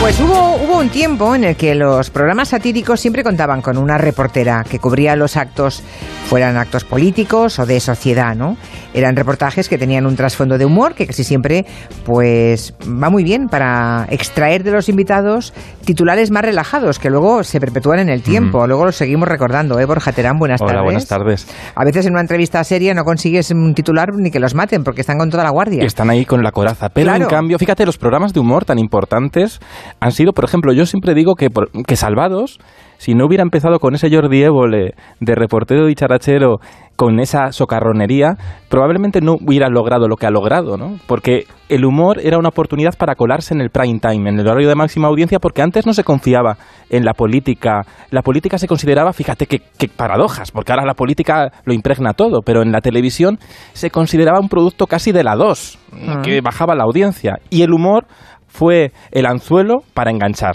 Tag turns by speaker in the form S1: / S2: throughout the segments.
S1: Pues hubo, hubo un tiempo en el que los programas satíricos siempre contaban con una reportera que cubría los actos, fueran actos políticos o de sociedad, ¿no? Eran reportajes que tenían un trasfondo de humor que casi siempre, pues, va muy bien para extraer de los invitados titulares más relajados que luego se perpetúan en el tiempo. Luego los seguimos recordando, ¿eh? Borja Terán, buenas
S2: Hola,
S1: tardes.
S2: buenas tardes.
S1: A veces en una entrevista seria no consigues un titular ni que los maten porque están con toda la guardia.
S2: Están ahí con la coraza. Pero
S1: Claro.
S2: en cambio, fíjate, los programas de humor tan importantes han sido, por ejemplo, yo siempre digo que, por- que Salvados, si no hubiera empezado con ese Jordi Évole de reportero y charachero, con esa socarronería, probablemente no hubiera logrado lo que ha logrado, ¿no? Porque el humor era una oportunidad para colarse en el prime time, en el horario de máxima audiencia, porque antes no se confiaba en la política. La política se consideraba, fíjate qué qué paradojas, porque ahora la política lo impregna todo, pero en la televisión se consideraba un producto casi de la 2, que bajaba la audiencia. Y el humor fue el anzuelo para enganchar.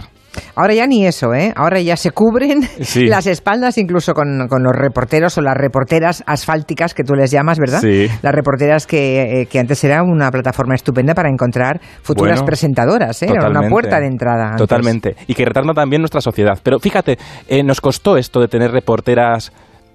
S1: Ahora ya ni eso, ¿eh? Ahora ya se cubren
S2: Sí.
S1: las espaldas incluso con, con los reporteros o las reporteras asfálticas que tú les llamas, ¿verdad?
S2: Sí.
S1: Las reporteras que, eh, que antes era una plataforma estupenda para encontrar futuras
S2: Bueno,
S1: presentadoras, ¿eh? Era una
S2: Totalmente.
S1: puerta de entrada. antes.
S2: Totalmente. Y que retarda también nuestra sociedad. Pero fíjate, eh, nos costó esto de tener reporteras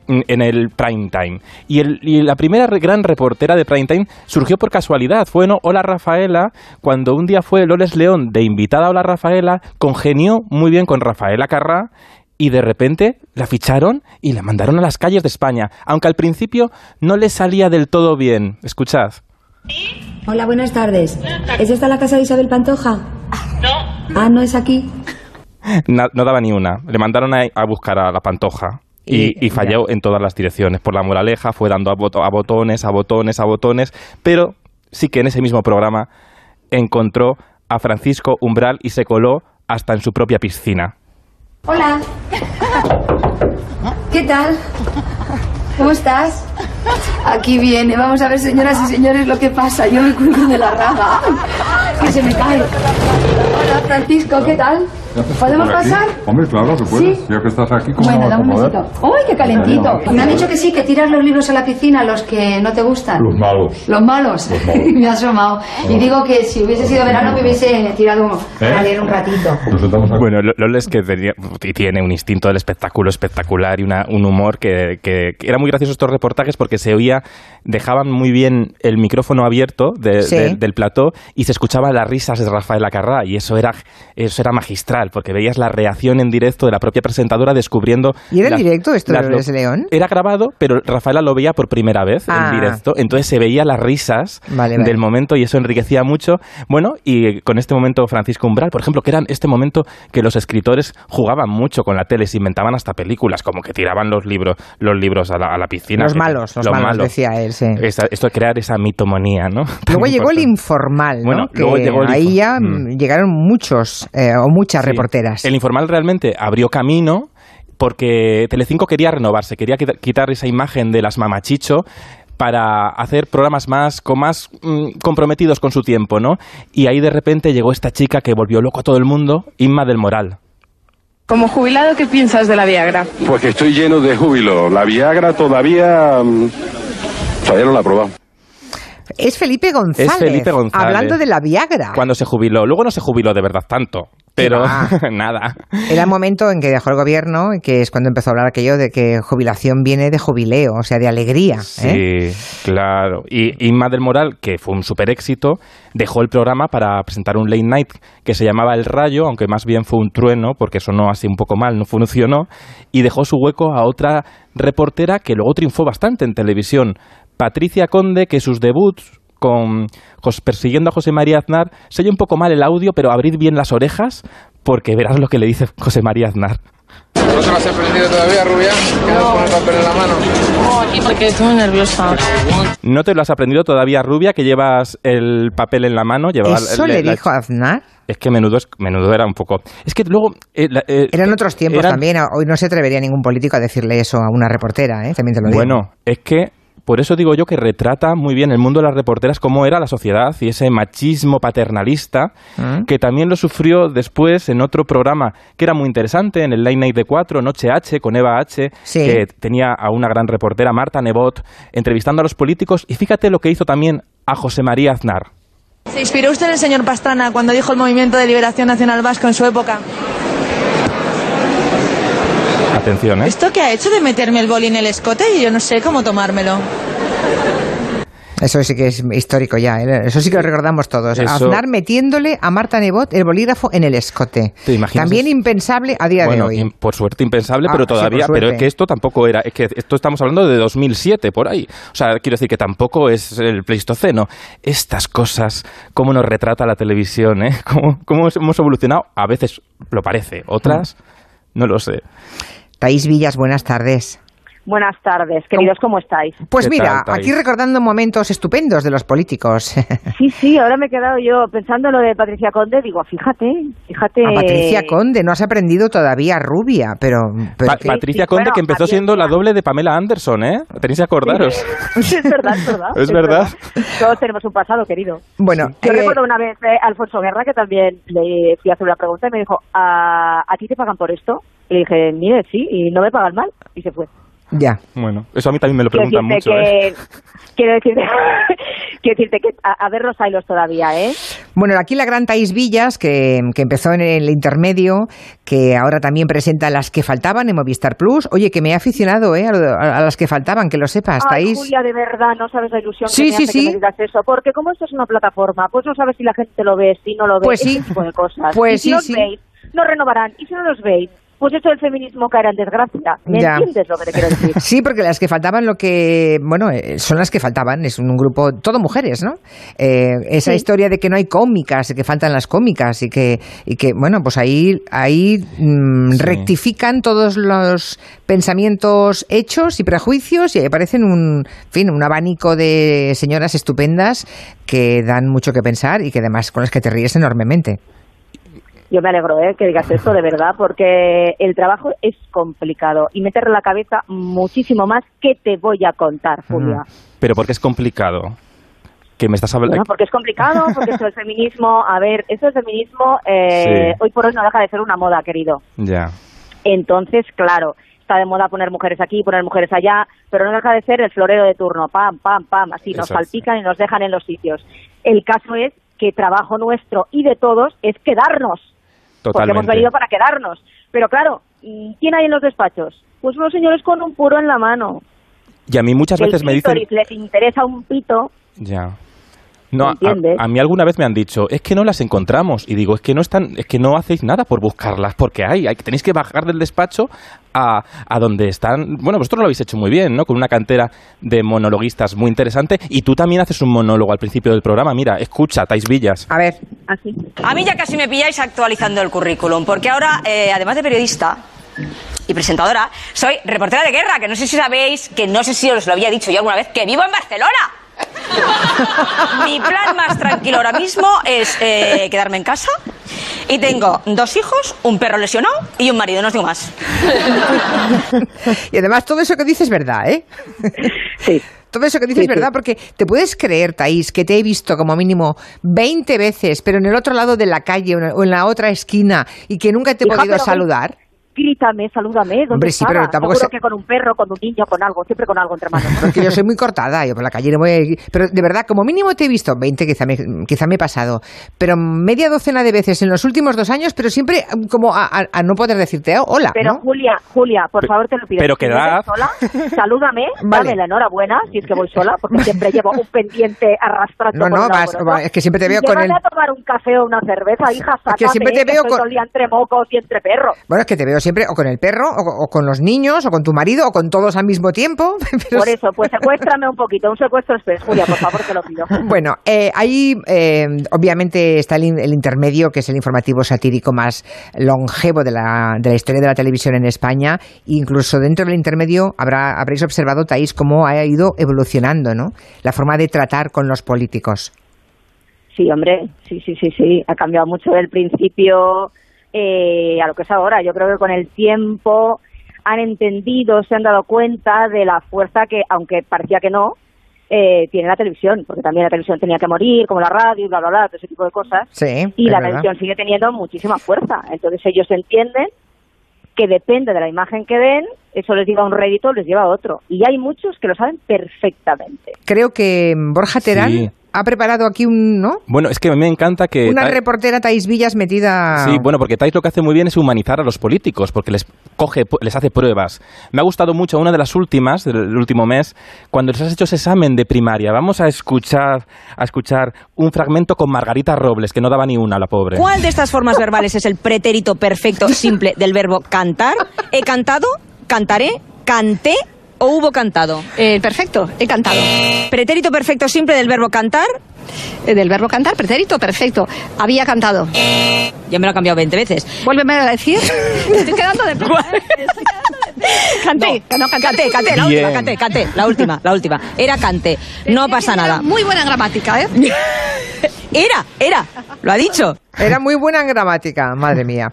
S2: mm, en el prime time. Y, el- y la primera re- gran reportera de prime time surgió por casualidad. Fue en Hola Rafaela, cuando un día fue Loles León de invitada a Hola Rafaela, congenió muy bien con Rafaela Carrá y de repente la ficharon y la mandaron a las calles de España. Aunque al principio no le salía del todo bien. Escuchad.
S3: Hola, buenas tardes. ¿Es esta la casa de Isabel Pantoja? No. Ah, no es aquí.
S2: Na- no daba ni una. Le mandaron a, a buscar a la pantoja. Y,
S1: Y-
S2: y falló en todas las direcciones. Por la moraleja, fue dando a, boto- a botones, a botones, a botones. Pero sí que en ese mismo programa encontró a Francisco Umbral y se coló hasta en su propia piscina.
S3: Hola. ¿Qué tal? ¿Cómo estás? Aquí viene. Vamos a ver, señoras y señores, lo que pasa. Yo me cuelgo de la rama. Que se me cae. Hola, Francisco, ¿qué tal? ¿Podemos
S4: ¿Por aquí?
S3: pasar?
S4: Hombre, claro que puedes.
S3: Sí.
S4: Ya que estás aquí, ¿cómo
S3: Bueno,
S4: no vas
S3: dame
S4: a
S3: un
S4: poder?
S3: besito. ¡Uy, qué calentito! Me han dicho que sí, que tiras los libros a la piscina, los que no te gustan.
S4: Los malos.
S3: Los malos. me ha asomado. Y digo que si hubiese sido verano me hubiese tirado
S4: ¿Eh?
S3: a leer un ratito.
S4: Nos sentamos aquí.
S2: Bueno, Lo- Loles que tenía, y tiene un instinto del espectáculo espectacular y una- un humor que, que- que era muy gracioso estos reportajes porque se oía, dejaban muy bien el micrófono abierto de-
S1: Sí.
S2: de- del plató y se escuchaban las risas de Rafael Acarrá y eso era, eso era magistral porque veías la reacción en directo de la propia presentadora descubriendo...
S1: ¿Y era en
S2: las-
S1: directo esto de
S2: las lo-
S1: Loles León?
S2: Era grabado, pero Rafaela lo veía por primera vez
S1: Ah.
S2: en directo, entonces se veía las risas
S1: Vale, vale.
S2: del momento y eso enriquecía mucho. Bueno, y con este momento Francisco Umbral, por ejemplo, que era este momento que los escritores jugaban mucho con la tele, se inventaban hasta películas, como que tiraban los libros, los libros a la, a la piscina.
S1: Los
S2: Que-
S1: malos, los malos, decía él, sí.
S2: Esa- esto de crear esa mitomonía, ¿no? Tan
S1: Luego llegó el informal,
S2: importante.
S1: ¿no?
S2: Bueno,
S1: que
S2: luego llegó el
S1: ahí
S2: info-
S1: ya
S2: Mm.
S1: mm, llegaron muchos eh, o muchas
S2: Sí.
S1: reporteras.
S2: El informal realmente abrió camino porque Telecinco quería renovarse, quería quita- quitar esa imagen de las mamachicho para hacer programas más, con más mm, comprometidos con su tiempo, ¿no? Y ahí de repente llegó esta chica que volvió loco a todo el mundo, Inma del Moral.
S5: Como jubilado, ¿qué piensas de la Viagra?
S6: Pues que estoy lleno de júbilo. La Viagra todavía. mm, Todavía no la he probado.
S1: Es Felipe González,
S2: Felipe González.
S1: hablando de la Viagra.
S2: Cuando se jubiló, luego no se jubiló de verdad tanto, pero
S1: Ah. va.
S2: nada.
S1: Era el momento en que dejó el gobierno, y que es cuando empezó a hablar aquello de que jubilación viene de jubileo, o sea, de alegría. ¿eh?
S2: Sí, claro. Y Inma del Moral, que fue un super éxito, dejó el programa para presentar un late night que se llamaba El Rayo, aunque más bien fue un trueno, porque sonó así un poco mal, no funcionó, y dejó su hueco a otra reportera que luego triunfó bastante en televisión, Patricia Conde, que sus debuts con Jos- persiguiendo a José María Aznar, se oye un poco mal el audio, pero abrid bien las orejas porque verás lo que le dice José María Aznar.
S7: ¿No te lo has aprendido todavía, Rubia? ¿Quieres poner papel en la mano?
S5: No, aquí porque estoy muy nerviosa.
S2: No te lo has aprendido todavía, Rubia, que llevas el papel en la mano. Llevaba
S1: Eso
S2: la-
S1: le
S2: la-
S1: dijo Aznar.
S2: Es que menudo, es- menudo era un poco. Es que luego. eh, la- eh,
S1: Eran otros tiempos
S2: eran-
S1: también. Hoy no se atrevería ningún político a decirle eso a una reportera, ¿eh? también te lo digo.
S2: Bueno, es que. Por eso digo yo que retrata muy bien el mundo de las reporteras, cómo era la sociedad y ese machismo paternalista,
S1: ¿Mm?
S2: que también lo sufrió después en otro programa que era muy interesante, en el Late Night de 4, Noche H, con Eva H,
S1: Sí.
S2: que tenía a una gran reportera, Marta Nebot, entrevistando a los políticos. Y fíjate lo que hizo también a José María Aznar.
S8: ¿Se inspiró usted en el señor Pastrana cuando dijo el Movimiento de Liberación Nacional Vasco en su época?
S2: Atención, ¿eh?
S8: ¿Esto que ha hecho de meterme el boli en el escote y yo no sé cómo tomármelo?
S1: Eso sí que es histórico ya, ¿eh? eso sí que lo recordamos todos.
S2: Eso-
S1: Aznar metiéndole a Marta Nebot el bolígrafo en el escote.
S2: ¿Te imaginas
S1: También
S2: eso?
S1: impensable a día
S2: Bueno,
S1: de
S2: im-
S1: hoy.
S2: por suerte impensable,
S1: Ah,
S2: pero
S1: sí, por
S2: todavía, pero es
S1: suerte.
S2: que esto tampoco era, es que esto estamos hablando de 2007 por ahí. O sea, quiero decir que tampoco es el Pleistoceno. Estas cosas, cómo nos retrata la televisión, ¿eh? Cómo, cómo hemos evolucionado, a veces lo parece, otras
S1: Mm.
S2: no lo sé.
S1: Taís Villas, buenas tardes.
S9: Buenas tardes, queridos, ¿cómo estáis?
S1: Pues
S2: ¿Qué
S1: mira,
S2: tal, Taís?
S1: aquí recordando momentos estupendos de los políticos.
S9: Sí, sí, ahora me he quedado yo pensando en lo de Patricia Conde, digo, fíjate, fíjate.
S1: A Patricia Conde, no has aprendido todavía rubia, pero... pero
S2: Pa-
S1: que-
S2: Patricia
S9: sí,
S2: Conde,
S9: bueno,
S2: que empezó
S9: Patricia.
S2: siendo la doble de Pamela Anderson, ¿eh? Tenéis que acordaros.
S9: es verdad, es verdad.
S2: Es verdad.
S9: Todos tenemos un pasado, querido.
S1: bueno,
S9: Yo
S1: eh,
S9: recuerdo una vez eh, a Alfonso Guerra que también le fui a hacer una pregunta y me dijo, ¿a, ¿a ti te pagan por esto? Y le dije, mire, sí, y no me pagan mal. Y se fue.
S1: ya.
S2: Bueno, eso a mí también me lo preguntan mucho, ¿eh?
S9: que... Quiero decirte, quiero decirte que a, a ver los hilos todavía, ¿eh?
S1: Bueno, aquí la gran Taís Villas, que, que empezó en el intermedio, que ahora también presenta las que faltaban en Movistar Plus. Oye, que me he aficionado eh, a, lo de- a- a las que faltaban, que lo sepas,
S9: Ay,
S1: Taís.
S9: Julia, de verdad, no sabes la ilusión
S1: Sí,
S9: que me
S1: sí,
S9: hace
S1: sí.
S9: que me digas eso. Porque como esto es una plataforma, pues no sabes si la gente lo ve, si no lo ve,
S1: Pues sí.
S9: ese tipo de cosas.
S1: Pues
S9: y si
S1: sí,
S9: los
S1: sí.
S9: veis, no renovarán. Y si no los veis, pues esto del feminismo caerá en desgracia. ¿Me
S1: Ya.
S9: entiendes lo que te quiero decir?
S1: Sí, porque las que faltaban, lo que. Bueno, eh, son las que faltaban, es un grupo, todo mujeres, ¿no? Eh, esa historia de que no hay cómicas, de que faltan las cómicas y que, y que bueno, pues ahí, ahí mm,
S2: Sí.
S1: rectifican todos los pensamientos hechos y prejuicios y ahí aparecen un, en fin, un abanico de señoras estupendas que dan mucho que pensar y que además con las que te ríes enormemente.
S9: Yo me alegro ¿eh? que digas esto, de verdad, porque el trabajo es complicado y meterle la cabeza muchísimo más que te voy a contar,
S1: Mm.
S9: Julia.
S2: Pero porque es complicado. Que me estás hablando...
S9: Bueno, porque es complicado, porque eso del feminismo, a ver, eso del feminismo eh,
S2: Sí.
S9: hoy por hoy no deja de ser una moda, querido.
S2: Ya.
S9: Entonces, claro, está de moda poner mujeres aquí, poner mujeres allá, pero no deja de ser el florero de turno, pam, pam, pam, así nos
S2: Exacto.
S9: salpican y nos dejan en los sitios. El caso es que trabajo nuestro y de todos es quedarnos, porque hemos
S2: Totalmente.
S9: venido para quedarnos. Pero claro, ¿y ¿quién hay en los despachos? Pues unos señores con un puro en la mano.
S2: Y a mí muchas
S9: El
S2: veces me dicen...
S9: clítoris les interesa un pito.
S2: Ya. No, a,
S9: ¿Entiendes?
S2: a- a mí alguna vez me han dicho, es que no las encontramos. Y digo, es que no están, es que no hacéis nada por buscarlas, porque hay, hay tenéis que bajar del despacho a, a donde están. Bueno, vosotros lo habéis hecho muy bien, ¿no? Con una cantera de monologuistas muy interesante. Y tú también haces un monólogo al principio del programa. Mira, escucha, Tais Villas.
S1: A ver,
S9: Así.
S10: A mí ya casi me pilláis actualizando el currículum, porque ahora, eh, además de periodista y presentadora, soy reportera de guerra, que no sé si sabéis, que no sé si os lo había dicho yo alguna vez, que vivo en Barcelona. Mi plan más tranquilo ahora mismo es eh, quedarme en casa y tengo dos hijos, un perro lesionado y un marido, no os digo más.
S1: y además todo eso que dices es verdad, ¿eh?
S9: Sí.
S1: Todo eso que dices es
S9: Sí, sí.
S1: verdad, porque te puedes creer, Taís, que te he visto como mínimo 20 veces, pero en el otro lado de la calle o en la otra esquina y que nunca te he
S9: Hija,
S1: podido
S9: pero-
S1: saludar.
S9: Grítame, salúdame, ¿dónde
S1: Hombre, sí, pero
S9: estabas?
S1: tampoco
S9: Seguro
S1: se-
S9: que con un perro, con un niño, con algo, siempre con algo entre manos.
S1: Porque yo soy muy cortada, yo por la calle no voy a ir. Pero de verdad, como mínimo te he visto 20, quizá me, quizá me he pasado, pero media docena de veces en los últimos dos años, pero siempre mm, como a, a- a no poder decirte oh, hola.
S9: Pero
S1: ¿no?
S9: Julia, Julia, por
S2: Pe-
S9: favor te lo pido.
S2: pero
S9: Si
S2: quedad.
S9: vienes sola, salúdame,
S1: Vale.
S9: dame la enhorabuena, si es que voy sola, porque siempre llevo un pendiente arrastrando.
S1: No,
S9: por
S1: no,
S9: un lado
S1: vas-
S9: por otro.
S1: va- es que siempre te
S9: Y
S1: veo con
S9: llévame
S1: el-
S9: a tomar un café o una cerveza, hija,
S1: Es que
S9: sácame,
S1: siempre te
S9: eh, que
S1: veo
S9: estoy
S1: con-
S9: todo el día entre mocos y entre perros.
S1: Bueno, es que te veo siempre o con el perro, o, o con los niños, o con tu marido, o con todos al mismo tiempo. pero
S9: Por eso, pues secuéstrame un poquito, un secuestro express, Julia, por favor, te lo pido.
S1: Bueno, eh, ahí eh, obviamente está el, in- el intermedio, que es el informativo satírico más longevo de la, de la historia de la televisión en España. Incluso dentro del intermedio habrá, habréis observado, Taís, cómo ha ido evolucionando ¿no? la forma de tratar con los políticos.
S9: Sí, hombre, sí, sí, sí, sí. Ha cambiado mucho del principio eh, a lo que es ahora. Yo creo que con el tiempo han entendido, se han dado cuenta de la fuerza que, aunque parecía que no, eh, tiene la televisión, porque también la televisión tenía que morir, como la radio, y bla, bla, bla, todo ese tipo de cosas.
S1: Sí, ¿eh?
S9: y
S1: es
S9: la
S1: verdad.
S9: televisión sigue teniendo muchísima fuerza. Entonces ellos entienden que depende de la imagen que den, eso les lleva a un rédito, les lleva a otro. Y hay muchos que lo saben perfectamente.
S1: Creo que Borja Terán
S2: Sí.
S1: ha preparado aquí un, ¿no?
S2: Bueno, es que a mí me encanta que...
S1: Una
S2: Tai-
S1: reportera Thais Villas metida.
S2: Sí, bueno, porque Tais lo que hace muy bien es humanizar a los políticos, porque les coge, pu- les hace pruebas. Me ha gustado mucho una de las últimas, del último mes, cuando les has hecho ese examen de primaria. Vamos a escuchar, a escuchar un fragmento con Margarita Robles, que no daba ni una, la pobre.
S11: ¿Cuál de estas formas verbales es el pretérito perfecto simple del verbo cantar? ¿He cantado? ¿Cantaré? ¿Canté? ¿O hubo cantado? perfecto, he cantado. ¿Pretérito perfecto simple del verbo cantar? Eh, del verbo cantar, pretérito perfecto. Había cantado. Ya me lo ha cambiado 20 veces.
S3: Vuélveme a decir. Me estoy quedando de plata.
S11: Canté, no, canté, canté, la
S3: Bien.
S11: última, canté, canté, la última, la última. Era canté, no pasa nada.
S3: Muy buena gramática, ¿eh?
S11: Era, era, lo ha dicho.
S1: Era muy buena en gramática, madre mía.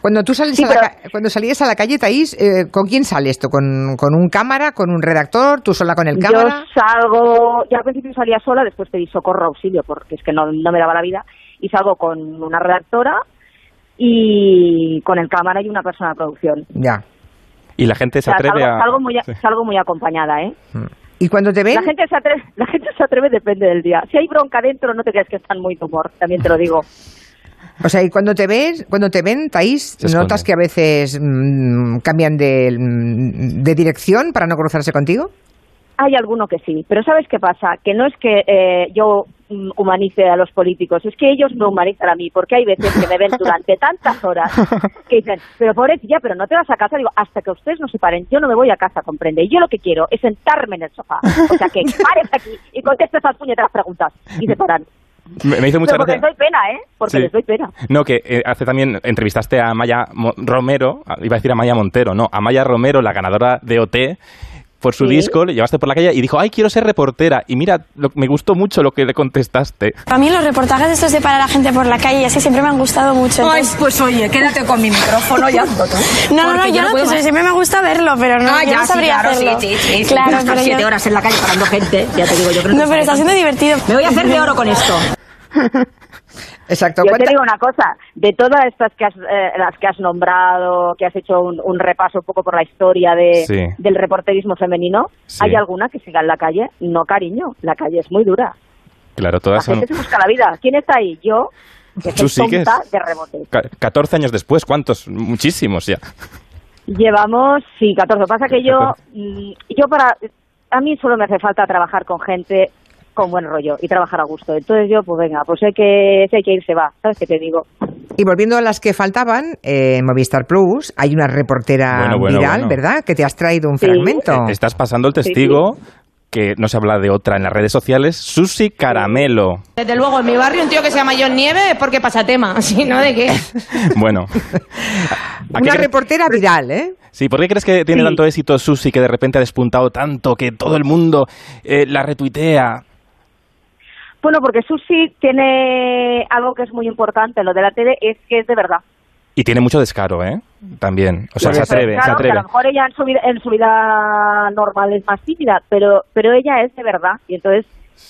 S1: Cuando tú sales a la, ca- cuando salías a la calle, Thais, eh, ¿con quién sales tú? ¿Con, ¿Con un cámara? ¿Con un redactor? ¿Tú sola con el
S9: Yo
S1: cámara?
S9: salgo, yo al principio salía sola, después pedí socorro, auxilio, porque es que no, no me daba la vida, y salgo con una redactora y con el cámara y una persona de producción.
S1: Ya.
S2: Y la gente se
S9: O sea,
S2: atreve
S9: salgo,
S2: a...
S9: salgo muy, a- salgo muy acompañada, ¿eh?
S1: ¿Y cuando te ven?
S9: La gente, se atreve, la gente se atreve, depende del día. Si hay bronca dentro, no te creas que están muy de humor, también te lo digo.
S1: O sea, y cuando te ves, cuando te ven, Thais,
S2: esconden.
S1: ¿notas que a veces mm, cambian de, mm, de dirección para no cruzarse contigo?
S9: Hay alguno que sí, pero ¿sabes qué pasa? Que no es que eh, yo mm, humanice a los políticos, es que ellos me humanizan a mí, porque hay veces que me ven durante tantas horas que dicen, pero pobre tía, pero no te vas a casa. Digo, hasta que ustedes no se paren, yo no me voy a casa, comprende. Y yo lo que quiero es sentarme en el sofá. O sea, que pares aquí y contestes las puñeteras preguntas. Y se paran.
S2: Me, me hizo mucha
S9: Pero porque
S2: gracia.
S9: les doy pena, ¿eh? Porque
S2: Sí.
S9: les doy pena.
S2: No, que eh, hace también entrevistaste a Maya Mo- Romero, a- iba a decir a Maya Montero, no, a Maya Romero, la ganadora de OT, por su
S12: Sí.
S2: disco, le llevaste por la calle y dijo, ay, quiero ser reportera. Y mira, lo- me gustó mucho lo que le contestaste.
S12: A mí los reportajes estos de parar a la gente por la calle y así siempre me han gustado mucho. Ay, pues oye, quédate con mi micrófono y hazlo tú. No, no, no,
S11: Porque yo
S12: yo
S11: no
S12: no,
S11: puedo
S12: que
S11: más.
S12: soy- siempre me gusta verlo, pero no,
S11: Ah,
S12: yo
S11: ya,
S12: no
S11: sí,
S12: sabría
S11: claro, sí,
S12: hacerlo.
S11: sí, sí, sí.
S12: Claro,
S11: Estar
S12: pero
S11: siete
S12: yo-
S11: horas en la calle parando gente, ya te digo, yo creo que
S12: No,
S11: se
S12: pero está
S11: parece.
S12: siendo divertido.
S11: Me voy a hacer de oro con esto.
S1: Exacto.
S9: Yo
S1: cuenta-
S9: te digo una cosa, de todas estas que has, eh, las que has nombrado, que has hecho un, un repaso un poco por la historia de,
S1: Sí.
S9: del reporterismo femenino,
S2: Sí.
S9: ¿hay alguna que siga en la calle? No, cariño, la calle es muy dura.
S2: Claro, todas son...
S9: La gente se busca la vida. ¿Quién está ahí? Yo, que
S2: Tú
S9: soy
S2: sigues.
S9: tonta de rebote.
S2: Ca- 14 años después, ¿cuántos? Muchísimos ya.
S9: Llevamos, sí, 14. Pasa que yo,
S2: 14.
S9: mm, yo para, a mí solo me hace falta trabajar con gente con buen rollo y trabajar a gusto. Entonces yo, pues venga, pues hay que, si hay que irse, va. ¿Sabes qué te digo?
S1: Y volviendo a las que faltaban, eh, en Movistar Plus hay una reportera
S2: Bueno, bueno,
S1: viral,
S2: bueno.
S1: ¿verdad? Que te has traído un fragmento.
S2: Eh, Estás pasando el
S1: Sí, sí.
S2: testigo, que no se habla de otra en las redes sociales, Susi Caramelo.
S13: Desde luego, en mi barrio un tío que se llama John Nieve es porque pasa tema, ¿sí? ¿No? ¿De qué?
S2: Bueno. ¿A qué
S1: Una
S2: crees-
S1: reportera viral, ¿eh?
S2: Sí, ¿por qué crees que tiene tanto éxito Susi que de repente ha despuntado tanto que todo el mundo eh, la retuitea?
S9: Bueno, porque Susi tiene algo que es muy importante en lo de la tele, es que es de verdad.
S2: Y tiene mucho descaro, ¿eh? También. O sea, se
S9: Pero
S2: atreve, se
S9: claro, que
S2: atreve.
S9: a lo mejor ella en su, vida, en su vida normal es más tímida, pero, pero ella es de verdad. Y entonces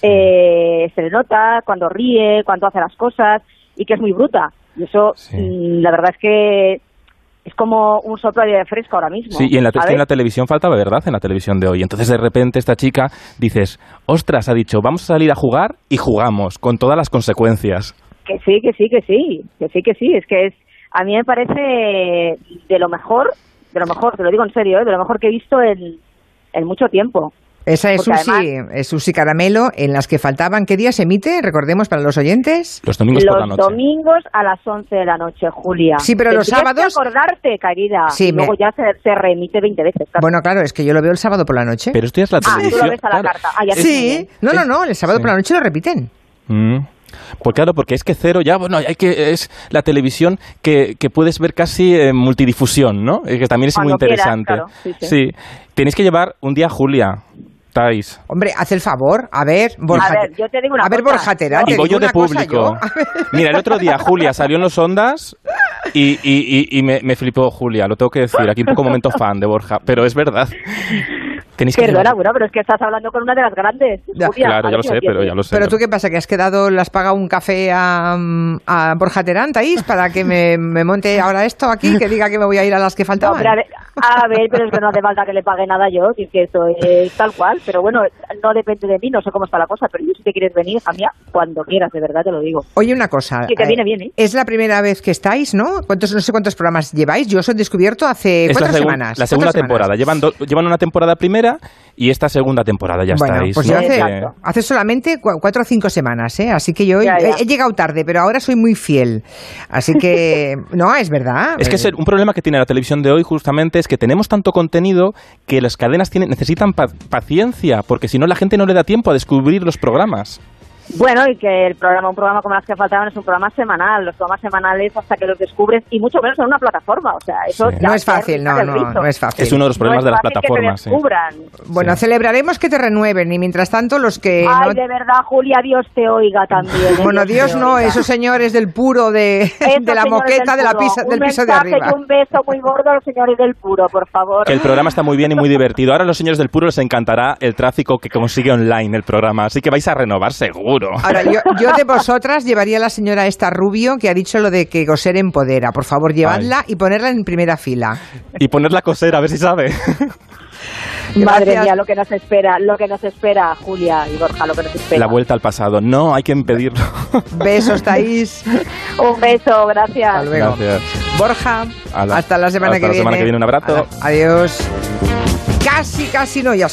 S9: eh, se le nota cuando ríe, cuando hace las cosas y que es muy bruta. Y eso, mm, la verdad es que es como un soplo de aire fresco ahora mismo.
S2: Sí, y en la, te-
S9: ¿sabes?
S2: en la televisión faltaba verdad, en la televisión de hoy. Entonces, de repente, esta chica dices, ostras, ha dicho, vamos a salir a jugar y jugamos, con todas las consecuencias.
S9: Que sí, que sí, que sí, que sí, que sí. Es que es, a mí me parece de lo mejor, de lo mejor, te lo digo en serio, ¿eh? de lo mejor que he visto en, en mucho tiempo.
S1: Esa es
S9: Porque
S1: Susi,
S9: además-
S1: es Susi Caramelo, en las que faltaban. ¿Qué día se emite? Recordemos para los oyentes.
S2: Los
S9: los domingos a las 11 de la noche, Julia.
S1: Sí, pero los
S9: Tendrías
S1: sábados-
S9: que acordarte, querida.
S1: Sí,
S9: y
S1: me-
S9: luego ya se, se remite 20 veces. claro.
S1: Bueno, claro, es que yo lo veo el sábado por la noche.
S2: Pero esto ya es la
S9: Ah, tú
S2: televisión.
S9: lo ves a la
S2: claro.
S9: carta. Ah, ya
S1: Sí, no, no, no, el sábado por la noche lo repiten.
S2: Mm. Pues claro, porque es que cero ya, bueno, hay que es la televisión que, que puedes ver casi en multidifusión, ¿no? Es que también es muy
S1: Cuando quieras,
S2: interesante.
S1: claro, sí, sí.
S2: tenéis que llevar un día a Julia, Tais.
S1: Hombre, haz el favor, a ver, Borja.
S9: A ver, yo te digo una
S1: a ver,
S9: cosa.
S1: Borja Terán,
S2: Y
S1: te
S2: voy
S1: digo
S2: yo de
S1: una cosa
S2: público.
S1: yo.
S2: Mira, el otro día Julia salió en los ondas y, y- y- y me, me flipó Julia, lo tengo que decir. Aquí un poco momento fan de Borja, pero es verdad. Tenéis que
S9: Perdona,
S2: llevar-
S9: bueno, pero es que estás hablando con una de las grandes. Julia,
S2: Claro,
S9: a
S2: ya
S9: ver
S2: lo
S9: si
S2: sé, pero
S9: entiendes.
S2: ya lo sé.
S1: Pero tú qué pasa, que has quedado, le has pagado un café a, mm, a Borja Terán, Thaís, para que me, me monte ahora esto aquí, que diga que me voy a ir a las que
S9: No,
S1: faltaban.
S9: pero a, ver, a ver, pero es que no hace falta que le pague nada yo, que es que eso es tal cual. Pero bueno, no depende de mí, no sé cómo está la cosa, pero yo si te quieres venir, hija mía, cuando quieras, de verdad te lo digo.
S1: Oye, una cosa.
S9: Que te
S1: eh,
S9: viene bien, ¿eh?
S1: Es la primera vez que estáis, ¿no? ¿Cuántos, no sé cuántos programas lleváis. Yo os he descubierto hace
S2: Es la,
S1: cuatro
S2: segun-
S1: semanas.
S2: la segunda
S1: cuatro semanas.
S2: temporada. Llevan, do- llevan una temporada primera y esta segunda temporada ya
S1: Bueno,
S2: estáis.
S1: pues
S2: ¿no?
S1: yo hace,
S2: Que-
S1: hace solamente cua- cuatro o cinco semanas, ¿eh? Así que yo he,
S2: Ya, ya.
S1: he- he llegado tarde, pero ahora soy muy fiel. Así que, no, es verdad.
S2: Es que es el- un problema que tiene la televisión de hoy justamente es que tenemos tanto contenido que las cadenas tienen, necesitan pa- paciencia, porque si no la gente no le da tiempo a descubrir los programas.
S9: Bueno, y que el programa, un programa como las que faltaban, es un programa semanal. Los programas semanales hasta que los descubres, y mucho menos en una plataforma. O sea, eso
S1: Sí.
S9: ya
S1: No es fácil, no,
S9: del
S1: no,
S9: rizo.
S1: no es fácil.
S2: Es uno de los problemas de
S9: No
S2: las
S9: es fácil
S2: plataformas. sí.
S9: Que te descubran.
S1: Bueno, celebraremos que te renueven y mientras tanto los que Eh,
S9: Ay,
S1: no...
S9: de verdad, Julia, Dios te oiga también. ¿eh?
S1: Bueno, Dios
S9: te
S1: no,
S9: oiga.
S1: esos señores del puro, de,
S9: Esos
S1: de la
S9: señores
S1: moqueta,
S9: del
S1: de la
S9: puro.
S1: pisa- del
S9: Un
S1: piso de
S9: mensaje y
S1: arriba.
S9: Un beso muy gordo a los señores del puro, por favor.
S2: Que el programa está muy bien y muy divertido. Ahora a los señores del puro les encantará el tráfico que consigue online el programa, así que vais a renovar seguro.
S1: Ahora, yo, yo de vosotras llevaría a la señora esta Rubio que ha dicho lo de que coser empodera. Por favor, llevadla y ponerla en primera fila.
S2: Y ponerla a coser, a ver si sabe.
S9: Madre
S1: Gracias.
S9: mía, lo que nos espera, lo que nos espera, Julia y Borja, lo que nos espera.
S2: La vuelta al pasado. No, hay que impedirlo.
S1: Besos, Thaís.
S9: Un beso, gracias.
S1: Hasta luego.
S2: Gracias.
S1: Borja,
S2: Ala.
S1: hasta la semana
S2: Hasta
S1: que
S2: la
S1: viene.
S2: semana que viene. Un abrazo.
S1: Ala. Adiós. Casi, casi no, ya son